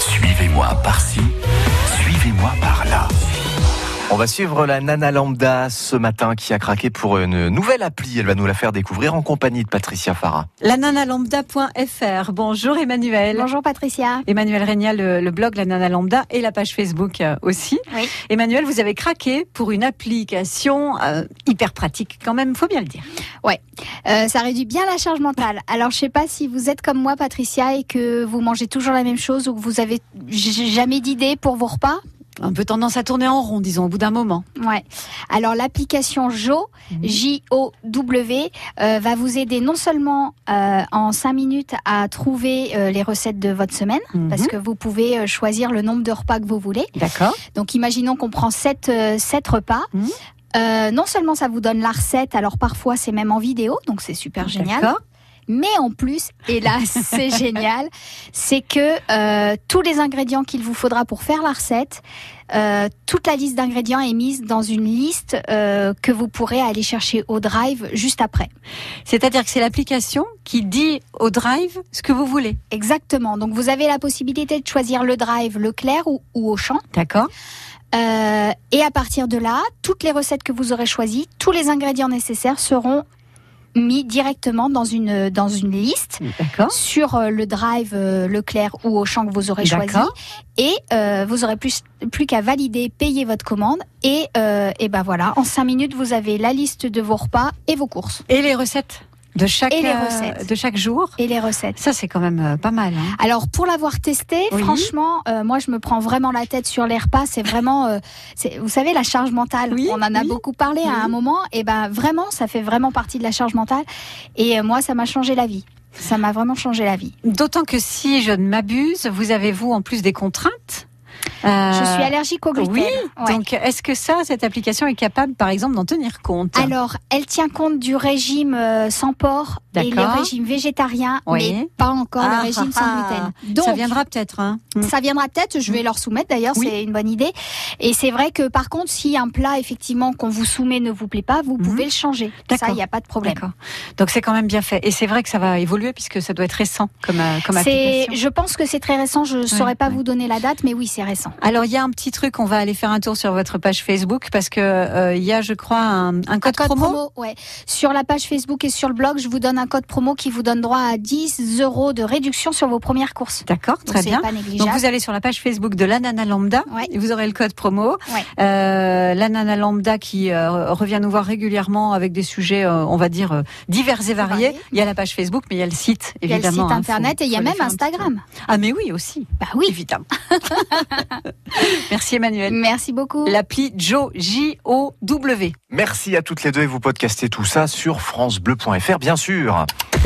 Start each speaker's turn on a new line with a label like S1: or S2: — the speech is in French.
S1: Suivez-moi par-ci, suivez-moi par-là. On va suivre la Nana Lambda ce matin qui a craqué pour une nouvelle appli. Elle va nous la faire découvrir en compagnie de Patricia Farah.
S2: lananalambda.fr. Bonjour Emmanuel.
S3: Bonjour Patricia.
S2: Emmanuel Regna, le, le blog La Nana Lambda et la page Facebook euh, aussi.
S3: Oui.
S2: Emmanuel, vous avez craqué pour une application euh, hyper pratique quand même, faut bien le dire.
S3: Euh, ça réduit bien la charge mentale. Alors je sais pas si vous êtes comme moi Patricia et que vous mangez toujours la même chose ou que vous avez j- jamais d'idée pour vos repas.
S2: Un peu tendance à tourner en rond, disons, au bout d'un moment.
S3: Ouais. Alors l'application Jo,
S2: Mhm.
S3: J-O-W, euh, va vous aider non seulement euh, en 5 minutes à trouver euh, les recettes de votre semaine, parce
S2: Mhm.
S3: que vous pouvez euh, choisir le nombre de repas que vous voulez.
S2: D'accord.
S3: Donc imaginons qu'on prend 7, repas.
S2: Mhm.
S3: Euh, non seulement ça vous donne la recette, alors parfois c'est même en vidéo, donc c'est super génial.
S2: D'accord.
S3: Mais en plus, et là c'est génial, c'est que euh, tous les ingrédients qu'il vous faudra pour faire la recette, euh, toute la liste d'ingrédients est mise dans une liste euh, que vous pourrez aller chercher au drive juste après.
S2: C'est-à-dire que c'est l'application qui dit au drive ce que vous voulez.
S3: Exactement. Donc vous avez la possibilité de choisir le drive Leclerc ou, ou Auchan.
S2: D'accord.
S3: Euh, et à partir de là, toutes les recettes que vous aurez choisies, tous les ingrédients nécessaires seront mis directement dans une, dans une liste.
S2: Mmh. D'accord.
S3: sur euh, le drive euh, Leclerc ou Auchan que vous aurez choisi.
S2: D'accord.
S3: Et euh, vous aurez plus, plus qu'à valider, payer votre commande. Et, euh, et ben voilà, en 5 minutes, vous avez la liste de vos repas et vos courses.
S2: Et les recettes de chaque,
S3: Et les
S2: euh,
S3: recettes.
S2: de chaque jour.
S3: Et les recettes.
S2: Ça, c'est quand même euh, pas mal. hein.
S3: Alors pour l'avoir testé,
S2: Oui.
S3: franchement, euh, moi je me prends vraiment la tête sur les repas. C'est vraiment, euh, c'est- vous savez, la charge mentale.
S2: Oui,
S3: On en a
S2: oui.
S3: beaucoup parlé
S2: Oui.
S3: à un moment. Et ben vraiment, ça fait vraiment partie de la charge mentale. Et euh, moi, ça m'a changé la vie. Ça m'a vraiment changé la vie.
S2: D'autant que si je ne m'abuse, vous avez vous en plus des contraintes.
S3: Je suis allergique au gluten.
S2: Euh, oui,
S3: Ouais.
S2: Donc, est-ce que ça, cette application est capable, par exemple, d'en tenir compte
S3: Alors, elle tient compte du régime euh, sans porc et le
S2: D'accord.
S3: régime végétarien,
S2: Oui.
S3: mais pas encore
S2: Ah,
S3: le régime sans
S2: ah,
S3: gluten. Donc,
S2: Ça viendra peut-être. Hein Mm.
S3: ça viendra peut-être, je vais leur soumettre d'ailleurs,
S2: Oui.
S3: c'est une bonne idée. Et c'est vrai que par contre, si un plat effectivement qu'on vous soumet ne vous plaît pas, vous
S2: Mhm.
S3: pouvez le changer.
S2: D'accord.
S3: Ça, il n'y a pas de problème.
S2: D'accord. Donc, c'est quand même bien fait. Et c'est vrai que ça va évoluer puisque ça doit être récent comme, euh, comme
S3: C'est,
S2: application.
S3: je pense que c'est très récent, je ne saurais pas
S2: ouais.
S3: vous donner la date, mais oui, c'est récent.
S2: Alors, il y a un petit truc, on va aller faire un tour sur votre page Facebook parce que euh, il y a, je crois, un, un code,
S3: Code promo, ouais. Sur la page Facebook et sur le blog, je vous donne un code promo qui vous donne droit à 10 euros de réduction sur vos premières courses.
S2: D'accord,
S3: Donc,
S2: très
S3: c'est
S2: bien.
S3: pas
S2: Donc
S3: négligeable.
S2: vous allez sur la page Facebook de l'Anana Lambda
S3: Ouais.
S2: et vous aurez le code promo.
S3: Ouais.
S2: Euh, L'Anana Lambda qui euh, revient nous voir régulièrement avec des sujets, euh, on va dire, euh, divers et variés.
S3: Variés.
S2: Il y a la page Facebook, mais il y a le site,
S3: Il y a le
S2: évidemment.
S3: site
S2: hein,
S3: internet
S2: faut-
S3: et il y a
S2: faut les
S3: même
S2: faire un petit
S3: Instagram.
S2: peu. Ah mais oui, aussi,
S3: Bah oui.
S2: évidemment. Merci Emmanuel.
S3: Merci beaucoup.
S2: L'appli Jo, J-O-W.
S1: Merci à toutes les deux et vous podcastez tout ça sur francebleu.fr bien sûr.